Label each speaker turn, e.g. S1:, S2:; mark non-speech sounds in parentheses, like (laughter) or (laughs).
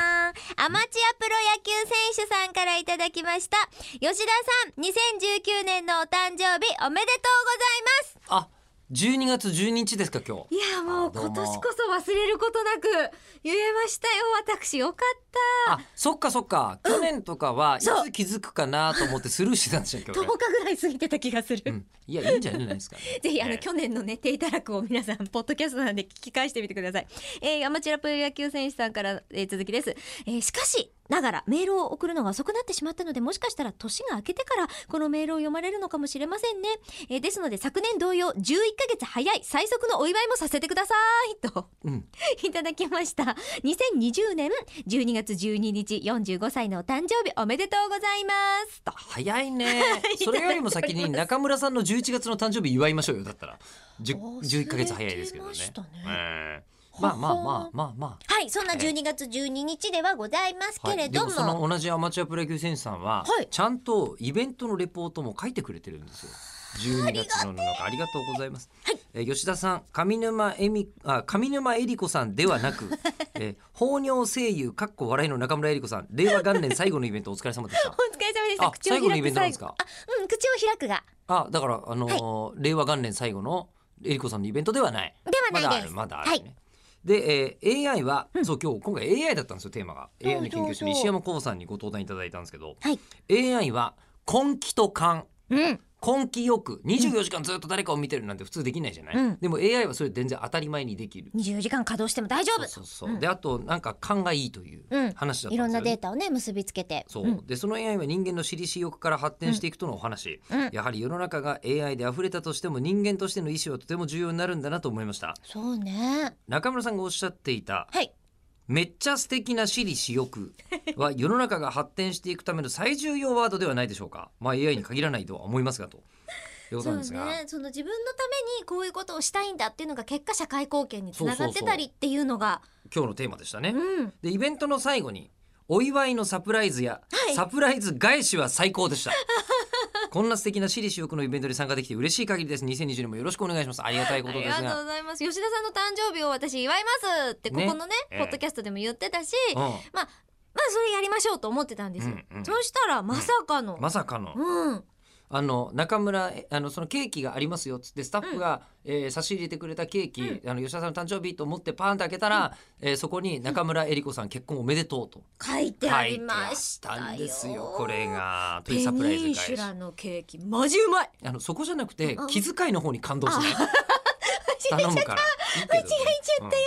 S1: アマチュアプロ野球選手さんからいただきました吉田さん2019年のお誕生日おめでとうございます
S2: あ、12月12日ですか今日。
S1: いやもう
S2: あどうも
S1: 今年こそ忘れることなく言えましたよ私よか (laughs) った
S2: あ、そっかそっか。去年とかはい
S1: そう
S2: つ気づくかなと思ってスルーしてたんですよ今
S1: 10
S2: 日
S1: 日。ぐらい過ぎてた気がする、
S2: うん。いやいいんじゃないですかね。
S1: ぜひあの
S2: ええ
S1: 去年の寝ていただくを皆さんポッドキャストなんで聞き返してみてください、えー、アマチュアプロ野球選手さんから、えー続きです、えーしかしながらメールを送るのが遅くなってしまったのでもしかしたら年が明けてからこのメールを読まれるのかもしれませんね、えーですので昨年同様11ヶ月早い最速のお祝いもさせてくださいと (laughs)
S2: うん。
S1: いただきました2020年12月12日45歳のお誕生日おめでとうございますと
S2: 早いね。それよりも先に中村さんの11月の誕生日祝いましょうよだったら。10 11ヶ月早いですけどね。
S1: 忘れてましたね
S2: ええまあまあまあまあまあ。
S1: はいそんな12月12日ではございますけれども,、
S2: はい、でもその同じアマチュアプロ野球選手さんは、
S1: はい
S2: ちゃんとイベントのレポートも書いてくれてるんですよ。12月の7日ありがとうございます。えー吉田さん上沼恵美あ上沼恵里子さんではな (laughs) く、えー放尿声優かっこ笑いの中村恵里子さん令和元年最後のイベントお疲れ様でし (laughs)
S1: お疲れ様でした
S2: あ
S1: 口を開
S2: 最後のイ
S1: く
S2: ベントなんですか
S1: 最後あうん口を開くが
S2: た。あだからあのー令和元年最後の恵里子さんのイベントではない。
S1: ではないです
S2: まだあるまだあるね。で、えー AI は、そう今日今回 AI だったんですよテーマが AI の研究者の石山光さんにご登壇いただいたんですけど、
S1: はい
S2: AI は根気と勘
S1: うん
S2: 根気よく24時間ずっと誰かを見てるなんて普通できないじゃない、
S1: うん
S2: でも AI はそれ全然当たり前にできる、
S1: 24時間稼働しても大丈夫
S2: そうそうそう、であとなんか勘がいいという
S1: うん
S2: 話だったんですよね、
S1: いろんなデータをね結びつけて
S2: そう、
S1: ん
S2: でその AI は人間の私利私欲から発展していくとのお話、
S1: うんうん
S2: やはり世の中が AI で溢れたとしても人間としての意思はとても重要になるんだなと思いました
S1: そうね
S2: 中村さんがおっしゃっていた
S1: はい
S2: めっちゃ素敵な私利私欲は世の中が発展していくための最重要ワードではないでしょうか。まあ AI に限らないとは思いますがと。いうこと
S1: そ
S2: な
S1: うん
S2: ですが、
S1: ねその自分のためにこういうことをしたいんだっていうのが結果社会貢献につながっ
S2: そう
S1: て
S2: そうそ
S1: た
S2: う
S1: りっていうのが
S2: 今日のテーマでしたね。
S1: うん
S2: でイベントの最後にお祝いのサプライズや、
S1: はい
S2: サプライズ返しは最高でした。 (laughs) こんな素敵な私利私欲のイベントに参加できて嬉しい限りです。2020年もよろしくお願いします。ありがたいこ
S1: あ
S2: と
S1: り
S2: で
S1: が
S2: す
S1: とう
S2: が
S1: ご。ざいます吉田さんの誕生日を私祝いますってここ
S2: ね
S1: のね
S2: ええ
S1: ポッドキャストでも言ってたし、
S2: う
S1: まあ
S2: ん
S1: それやりましょうと思ってたんですよ、
S2: うんうん
S1: そしたらまさかの、
S2: まさかの、
S1: うん
S2: あの中村えあのそのケーキがありますよっつってスタッフが、えー差し入れてくれたケーキ、あの吉田さんの誕生日と思ってパーンって開けたら、えーそこに中村江里子さん結婚おめでとうと
S1: 書いて
S2: 書
S1: あ
S2: い
S1: り
S2: て
S1: ま
S2: あ
S1: し
S2: った
S1: よ
S2: たんですよこれがという
S1: ペ
S2: サプライ
S1: ニン
S2: ズ
S1: シュ
S2: 返し
S1: ラのケーキマジうまい
S2: あのそこじゃなくて
S1: うん (laughs)
S2: 気遣いの方に感動しない頼むから間違えちゃっ
S1: 間
S2: たよ、
S1: 違えちゃったよ